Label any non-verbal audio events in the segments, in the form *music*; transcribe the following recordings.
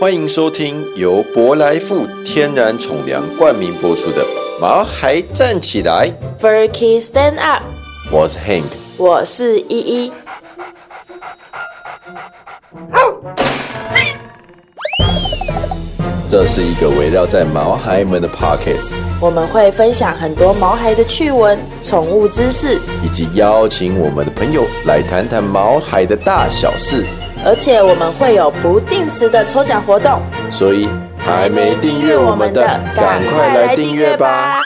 欢迎收听由博莱富天然宠粮冠名播出的《毛孩站起来》， f u r k y Stand Up，我是 Hank。我是依依。这是一个围绕在毛孩们的 Pockets，我们会分享很多毛孩的趣闻、宠物知识，以及邀请我们的朋友来谈谈毛孩的大小事。而且我们会有不定时的抽奖活动。所以还没订阅我们的，赶快来订阅吧！！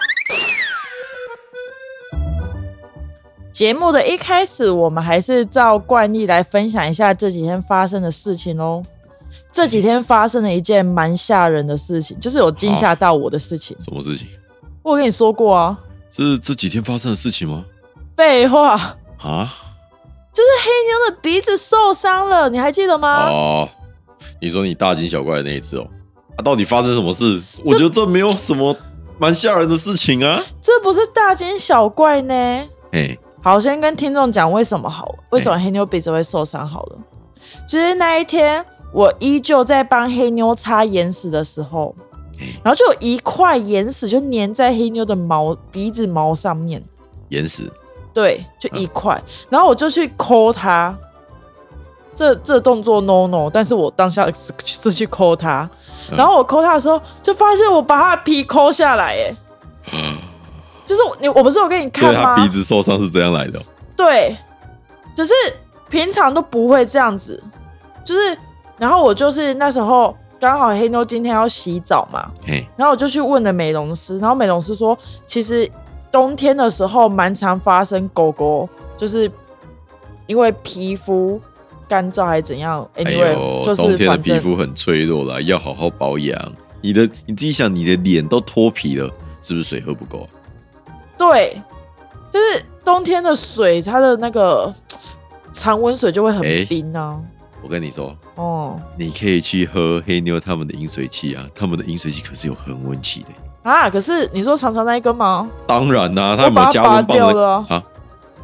节目的一开始，我们还是照惯例来分享一下这几天发生的事情哦。这几天发生了一件蛮吓人的事情，就是有惊吓到我的事情。什么事情？我有跟你说过啊，是这几天发生的事情吗？废话，就啊？是黑妞的鼻子受伤了，你还记得吗？哦，你说你大惊小怪的那一次哦，啊，到底发生什么事？我觉得这没有什么蛮吓人的事情啊。这不是大惊小怪呢。哎，好，先跟听众讲为什么好，为什么黑妞鼻子会受伤好了。就是那一天，我依旧在帮黑妞擦眼屎的时候，哎然后就有一块眼屎就粘在黑妞的毛鼻子毛上面，岩石，对，就一块。然后我就去抠它，这这动作 no no，但是我当下是是去抠它，嗯然后我抠它的时候，就发现我把它的皮抠下来，哎，嗯就是我你我不是有给所你看以吗？他鼻子受伤是这样来的哦。对，只是平常都不会这样子，就是，然后我就是那时候刚好黑妞今天要洗澡嘛，嘿，然后我就去问了美容师，然后美容师说，其实冬天的时候蛮常发生狗狗就是因为皮肤干燥还是怎样哎，anyway，、呦，就是冬天的反皮正肤很脆弱啦，要好好保养。你的你自己想，你的脸都脱皮了，是不是水喝不够啊？对，就是冬天的水，它的那个常温水就会很哎冰啊，我跟你说，哦、你可以去喝黑妞他们的饮水器啊，他们的饮水器可是有恒温器的。啊，可是你说常常那一根吗？当然啦、他我有没把有它加拔温棒掉了的啊啊？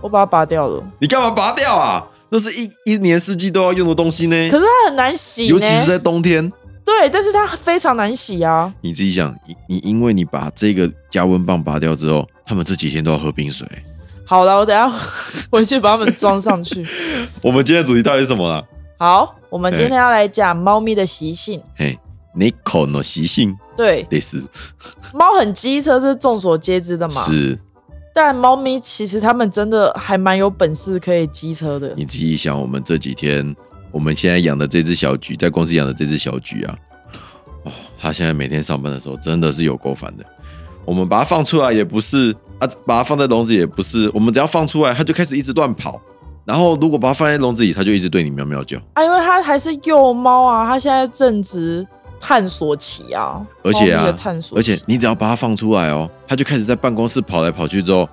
我把它拔掉了，你干嘛拔掉啊？那是一一年四季都要用的东西呢，可是它很难洗尤呢其。是在冬天。对，但是它非常难洗啊。你自己想，你你因为你把这个加温棒拔掉之后，他们这几天都要喝冰水。好了，我等一下 *laughs* 回去把它们装上去。 *laughs* 我们今天的主题到底是什么啊？好，我们对今天要来讲猫咪的习性。嘿 n i c o 的习性对，类似猫很机车是众所皆知的嘛，是，但猫咪其实它们真的还蛮有本事可以机车的。你自己想，我们这几天，我们现在养的这只小菊，在公司养的这只小菊啊，哦，它现在每天上班的时候真的是有够烦的。我们把它放出来也不是啊，把它放在笼子也不是，我们只要放出来，它就开始一直乱跑。然后如果把它放在笼子里，它就一直对你喵喵叫，啊，因为它还是幼猫啊，它现在正值探索期啊，而且猫咪的啊探，索而期，且你只要把它放出来哦，它就开始在办公室跑来跑去之后，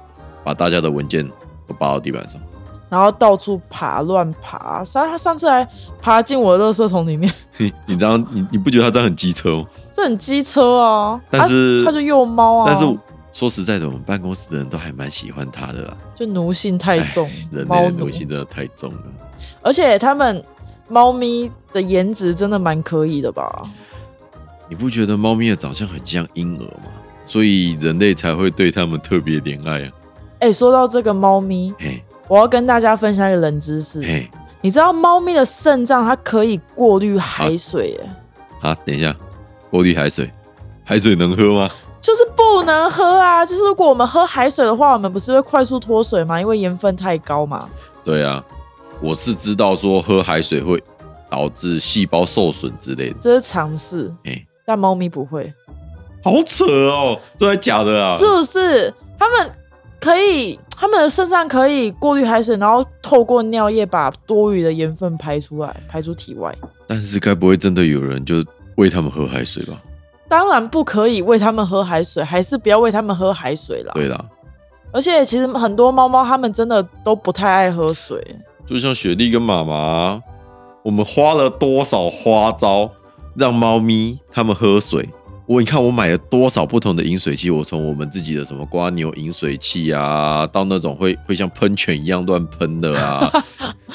把大家的文件都扒到地板上。然后到处爬乱爬，上它上次还爬进我的垃圾桶里面。你你这样，你你不觉得它这样很机车吗？这很机车啊，但是啊它就幼猫啊，但是说实在的，我们办公室的人都还蛮喜欢它的啦。就奴性太重哎，人类猫的奴奴，性真的太重了。而且它们猫咪的颜值真的蛮可以的吧？你不觉得猫咪的长相很像婴儿吗？所以人类才会对它们特别怜爱啊！哎、说到这个猫咪，嘿，我要跟大家分享一个冷知识，嘿，你知道猫咪的肾脏它可以过滤海水、哎、啊，等一下，过滤海水，海水能喝吗？就是不能喝啊！就是如果我们喝海水的话，我们不是会快速脱水吗？因为盐分太高嘛。对啊，我是知道说喝海水会导致细胞受损之类的。这是常识，哎，但猫咪不会。好扯哦，真的假的啊？是不是？他们可以，他们的肾脏可以过滤海水，然后透过尿液把多余的盐分排出来，排出体外。但是该不会真的有人就喂他们喝海水吧？当然不可以喂它们喝海水，还是不要喂它们喝海水啦。对啦，而且其实很多猫猫它们真的都不太爱喝水。就像雪莉跟妈妈，我们花了多少花招让猫咪它们喝水？我你看，我买了多少不同的饮水器？我从我们自己的什么瓜牛饮水器啊，到那种会会像喷泉一样乱喷的啊，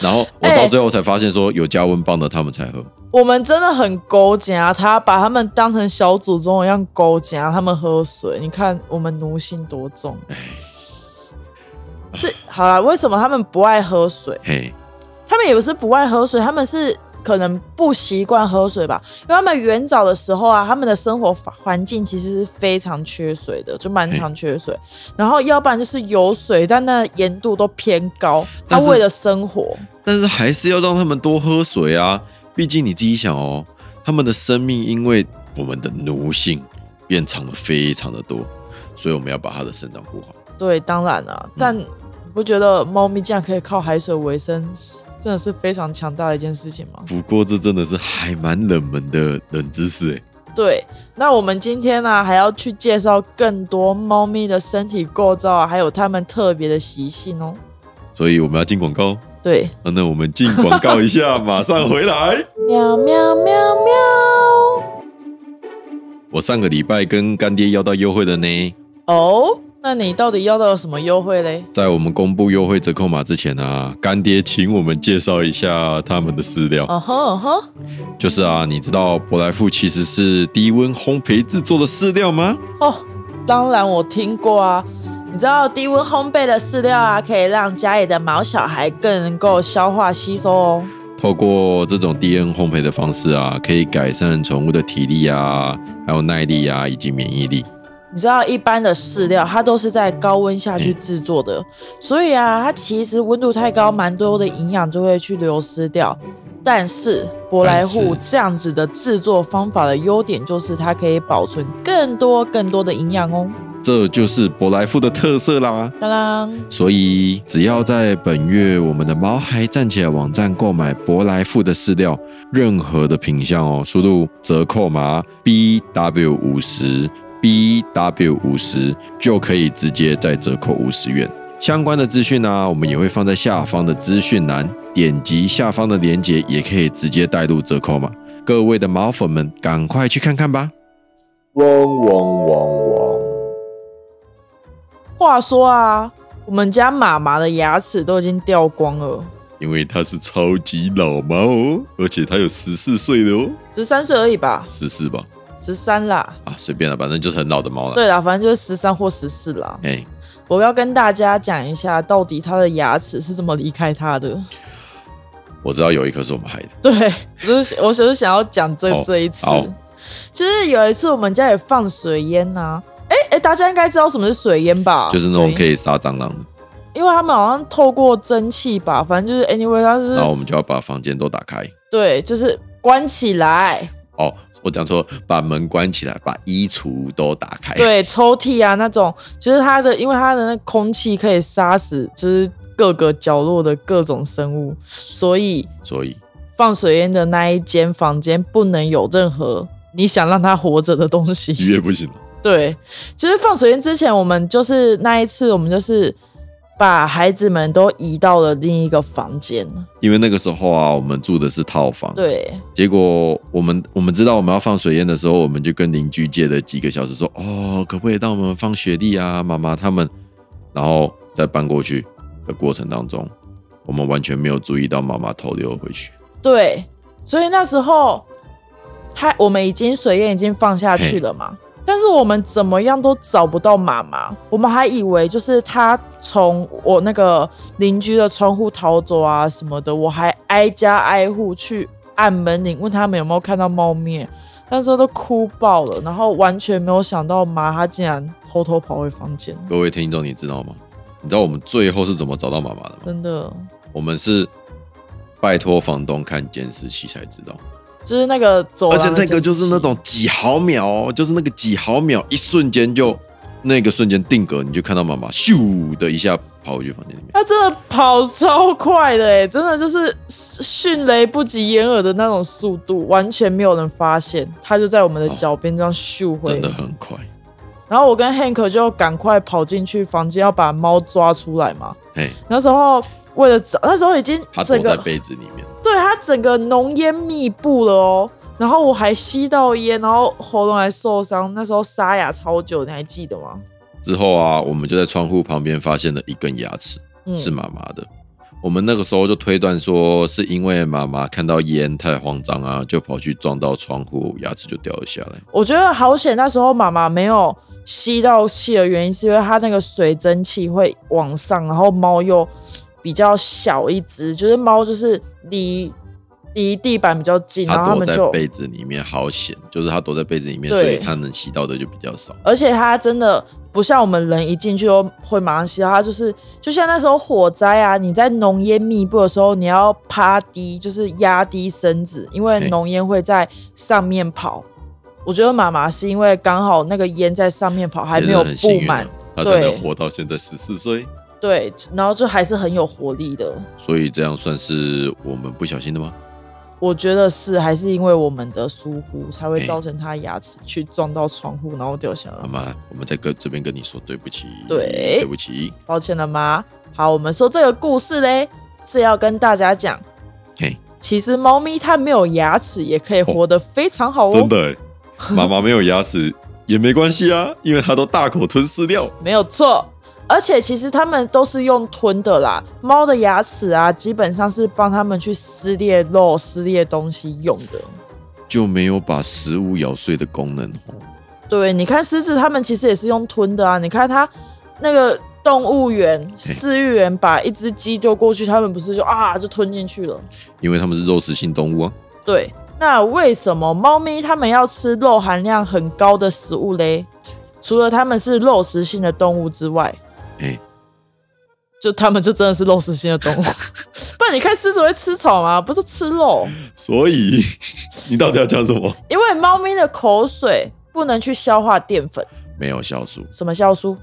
然后我到最后才发现说有加温棒的他们才喝。我们真的很勾结啊，他把他们当成小祖宗一样勾结啊，他们喝水，你看我们奴性多重。哎是好啦，为什么他们不爱喝水？嘿，他们也不是不爱喝水，他们是可能不习惯喝水吧。因为他们远早的时候啊，他们的生活环境其实是非常缺水的，嗯就蛮常缺水。然后要不然就是有水，但那盐度都偏高。他但是为了生活，但是还是要让他们多喝水啊，毕竟你自己想哦，他们的生命因为我们的奴性变长了非常的多，所以我们要把它的生长顾好。对，当然啦、嗯但你不觉得猫咪这样可以靠海水为生，是真的是非常强大的一件事情吗？不过这真的是还蛮冷门的冷知识欸诶、对，那我们今天呢、啊还要去介绍更多猫咪的身体构造啊，还有它们特别的习性哦。所以我们要进广告哦。对，啊那我们进广告一下，马上回来。喵喵喵喵。 *laughs* 我上个礼拜跟干爹要到优惠的呢，哦，那你到底要到有什么优惠嘞？在我们公布优惠折扣码之前啊，干爹请我们介绍一下他们的饲料。哦嗯哼嗯哼，就是啊，你知道博莱富其实是低温烘焙制作的饲料吗？哦，当然我听过啊。你知道低温烘焙的饲料啊，可以让家里的毛小孩更能够消化吸收哦。透过这种低温烘焙的方式啊，可以改善宠物的体力啊，还有耐力啊，以及免疫力。你知道一般的饲料，它都是在高温下去制作的，所以啊，它其实温度太高，蛮多的营养就会去流失掉。但是博莱但户是这样子的制作方法的优点就是它可以保存更多更多的营养哦。这就是博莱富的特色啦。当然，所以，只要在本月我们的毛孩站起来网站购买博莱富的饲料，任何的品项哦，输入折扣码 B W 五十 B W 五十就可以直接再折扣五十元。相关的资讯啊呢，我们也会放在下方的资讯栏，点击下方的链接也可以直接带入折扣码。各位的毛粉们，赶快去看看吧！嗡嗡嗡嗡。话说啊，我们家妈妈的牙齿都已经掉光了，因为它是超级老猫哦，而且它有十四岁的哦，十三岁而已吧，十四吧。十三啦。啊，随便了，反正就是很老的猫了。，对啦，反正就是十三或十四啦。哎，我要跟大家讲一下，到底他的牙齿是怎么离开他的。我知道有一颗是我们害的， *laughs* 对，我就是我就是想要讲这好这一次哦好，就是有一次我们家也放水烟呐、哎、哎、大家应该知道什么是水烟吧？就是那种可以，以杀蟑螂的。因为他们好像透过蒸汽吧，反正就是 anyway，它就是然后我们就要把房间都打开。对，就是关起来，哦，我讲错，把门关起来，把衣橱都打开。，对，抽屉啊那种，就是它的，因为它的那空气可以杀死，就是各个角落的各种生物，所以所以放水烟的那一间房间不能有任何你想让它活着的东西。越不行了。对，其实放水烟之前，我们就是那一次，我们就是把孩子们都移到了另一个房间。因为那个时候啊，我们住的是套房，，对，结果我们我们知道我们要放水烟的时候，我们就跟邻居借了几个小时说，哦，可不可以让我们放雪莉啊、妈妈他们？然后在搬过去的过程当中，我们完全没有注意到妈妈偷溜回去。对，所以那时候他我们已经水烟已经放下去了嘛，但是我们怎么样都找不到妈妈，我们还以为就是他从我那个邻居的窗户逃走啊什么的，我还挨家挨户去按门铃问他们有没有看到猫咪，那时候都哭爆了，然后完全没有想到妈她竟然偷偷跑回房间，各位听众，你知道吗？你知道我们最后是怎么找到妈妈的吗？真的。我们是拜托房东看监视器才知道，就是那个走哦而廊且的监视器，那个就是那种几毫秒哦，就是那个几毫秒，一瞬间就那个瞬间定格，你就看到妈妈咻的一下跑回去房间里面。他真的跑超快的哎、真的就是迅雷不及掩耳的那种速度，完全没有人发现，他就在我们的脚边这样咻回哦真来。的很快，然后我跟 Hank 就赶快跑进去房间要把猫抓出来嘛。嘿，那时候为了找，那时候已经它躲整在个杯子里面，对它整个浓烟密布了哦。然后我还吸到烟，然后喉咙还受伤，那时候沙哑超久，你还记得吗？之后啊，我们就在窗户旁边发现了一根牙齿，嗯是妈妈的。我们那个时候就推断说，是因为妈妈看到烟太慌张啊，就跑去撞到窗户，牙齿就掉了下来。我觉得好险，那时候妈妈没有吸到气的原因，是因为它那个水蒸气会往上，然后猫又比较小一只，就是猫就是离离地板比较近，然后它它躲们在就，被子里面，好险，就是它躲在被子里面，对所以它能吸到的就比较少。而且它真的不像我们人一进去就会马上吸到，它就是就像那时候火灾啊，你在浓烟密布的时候，你要趴低，就是压低身子，因为嘿浓烟会在上面跑。我觉得妈妈是因为刚好那个烟在上面跑，还也没是有很幸布运满啊，，它才能对活到现在十四岁。对，然后就还是很有活力的。所以这样算是我们不小心的吗？我觉得是还是因为我们的疏忽才会哎造成它牙齿去撞到窗户，然后掉下妈来。妈，我们在跟这边跟你说对不起，对对不起。抱歉了吗？好，我们说这个故事嘞，是要跟大家讲，嘿，其实猫咪它没有牙齿也可以活得非常好哦。真的欸，妈妈没有牙齿也没关系啊，因为它都大口吞饲料。没有错。而且其实它们都是用吞的啦，猫的牙齿啊，基本上是帮它们去撕裂肉、撕裂东西用的。就没有把食物咬碎的功能哦。对，你看狮子，它们其实也是用吞的啊。你看它那个动物园、饲育员把一只鸡丢过去，它们不是就啊就吞进去了？因为它们是肉食性动物啊。对，那为什么猫咪它们要吃肉含量很高的食物嘞？除了它们是肉食性的动物之外，哎、 *laughs* 就它们就真的是肉食性的动物。不然你看狮子会吃草吗？不是吃肉，所以你到底要讲什么？因为猫咪的口水不能去消化淀粉。没有酵素，什么酵素？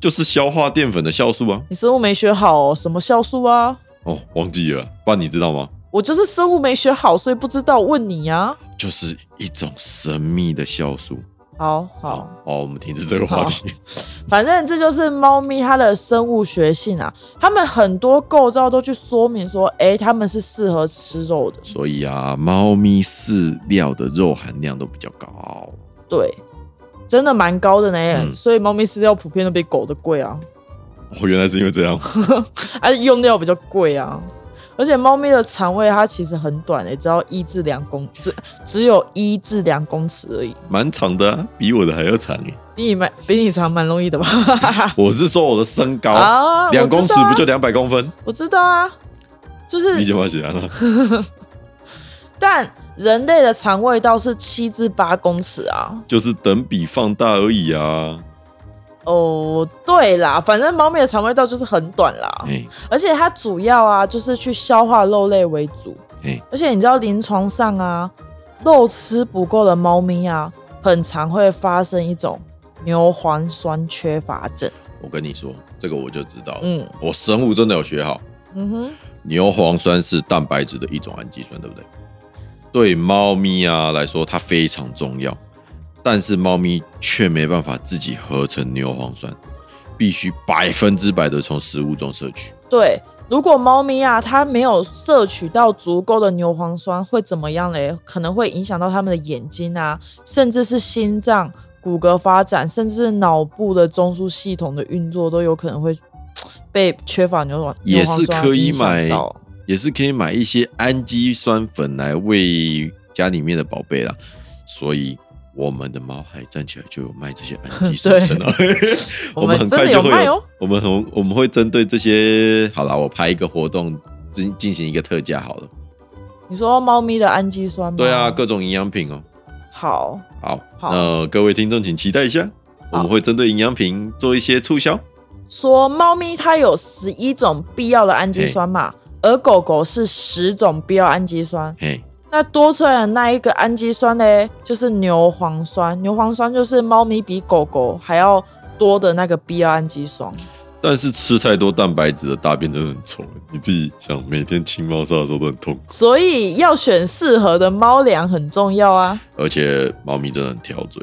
就是消化淀粉的酵素啊。你生物没学好哦？什么酵素啊？哦，忘记了，不然你知道吗？我就是生物没学好，所以不知道问你啊呀、就是一种神秘的酵素。好好，哦，我们停止这个话题。反正这就是猫咪它的生物学性啊。它们很多构造都去说明说，诶，它们是适合吃肉的。所以啊，猫咪饲料的肉含量都比较高。对，真的蛮高的呢。嗯所以猫咪饲料普遍都比狗的贵啊，哦，原来是因为这样。而且用料比较贵啊。而且猫咪的肠胃它其实很短诶、只要一至两公，只只有一至两公尺而已，蛮长的、啊，比我的还要长诶。比你蛮比你长蛮容易的吧？我是说我的身高 *laughs* 啊，两、我知公尺道啊不就两百公分？我知道啊，就是你怎么写啊？ *laughs* 但人类的肠胃道是七至八公尺啊。就是等比放大而已啊。哦，对啦，反正猫咪的肠胃道就是很短啦，哎而且它主要啊就是去消化肉类为主。哎，而且你知道临床上啊，肉吃不够的猫咪啊，很常会发生一种牛磺酸缺乏症。我跟你说，这个我就知道了。嗯我生物真的有学好，嗯哼，牛磺酸是蛋白质的一种氨基酸，对不对？对猫咪啊来说，它非常重要，但是猫咪却没办法自己合成牛磺酸，必须百分之百的从食物中摄取。对。如果猫咪啊，它没有摄取到足够的牛磺酸，会怎么样嘞？可能会影响到它们的眼睛啊，甚至是心脏、骨骼发展，甚至是脑部的中枢系统的运作，都有可能会被缺乏牛磺也是牛磺酸可以影响买到也是可以买一些氨基酸粉来喂家里面的宝贝啦。所以我们的猫海站起来就有卖这些氨基酸粉 *laughs* 啊。 *laughs* 我们很真快的就有会卖哦我们很我们会针对这些，好啦，我拍一个活动进进行一个特价好了。你说猫咪的氨基酸吗？对啊，各种营养品哦。好，好，好那各位听众请期待一下，我们会针对营养品做一些促销。说猫咪它有十一种必要的氨基酸嘛，而狗狗是十种必要氨基酸。嘿，那多出来的那一个氨基酸嘞，就是牛磺酸。牛磺酸就是猫咪比狗狗还要多的那个必要氨基酸。但是吃太多蛋白质的大便真的很臭，你自己想每天清猫砂的时候都很痛苦。所以要选适合的猫粮很重要啊！而且猫咪真的很挑嘴，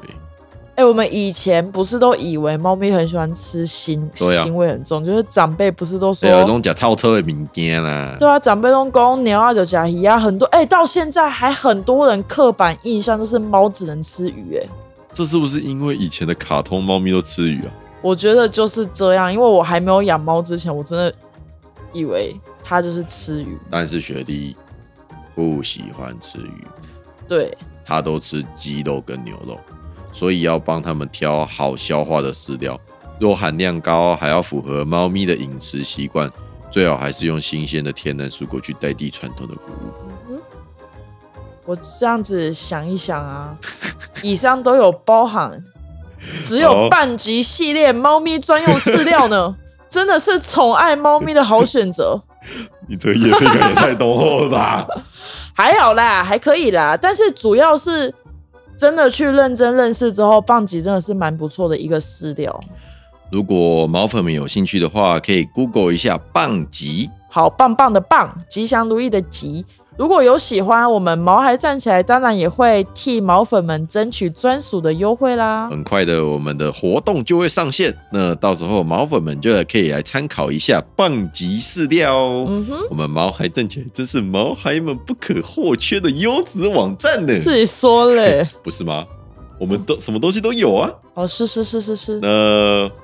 哎、我们以前不是都以为猫咪很喜欢吃腥，对啊啊腥味很重，就是长辈不是都说有一种假超车的民间啦。对啊，长辈拢讲鸟啊就夹鱼啊，很多哎、到现在还很多人刻板印象就是猫只能吃鱼哎、这是不是因为以前的卡通猫咪都吃鱼啊？我觉得就是这样，因为我还没有养猫之前，我真的以为它就是吃鱼，但是学弟不喜欢吃鱼，对，他都吃鸡肉跟牛肉，所以要帮他们挑好消化的饲料，肉含量高，还要符合猫咪的饮食习惯，最好还是用新鲜的天然蔬果去代替传统的谷物。我这样子想一想啊，以上都有包含，只有好半集系列猫咪专用饲料呢，真的是宠爱猫咪的好选择。你这个叶配感也太浓厚了吧？还好啦，还可以啦，但是主要是真的去认真认识之后，棒极真的是蛮不错的一个饲料。如果毛粉们有兴趣的话，可以 Google 一下棒极。好棒棒的棒，吉祥如意的吉。如果有喜欢我们毛孩站起来，当然也会替毛粉们争取专属的优惠啦。很快的，我们的活动就会上线，那到时候毛粉们就可以来参考一下棒极饲料哦。嗯哼，我们毛孩站起来真是毛孩们不可或缺的优质网站呢，自己说嘞。不是吗？我们都什么东西都有啊。哦，是是是是是，那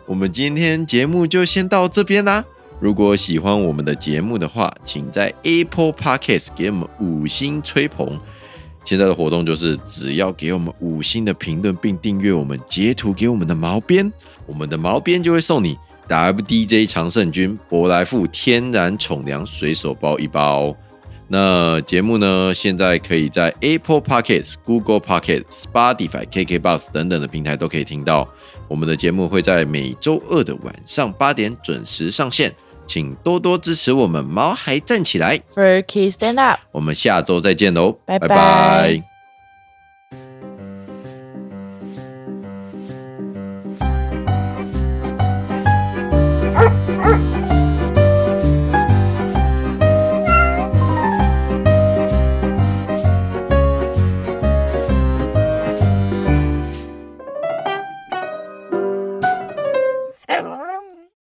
我们今天节目就先到这边啦。如果喜欢我们的节目的话，请在 Apple Podcast 给我们五星吹捧。现在的活动就是，只要给我们五星的评论并订阅我们截图给我们的毛边，我们的毛边就会送你 WDJ 常胜军博莱富天然宠粮随手包一包。那节目呢，现在可以在 Apple Podcast、Google Podcast、Spotify、KKBox 等等的平台都可以听到。我们的节目会在每周二的晚上八点准时上线，请多多支持我们毛孩站起来。 Furky Stand Up。我们下周再见喽，拜拜拜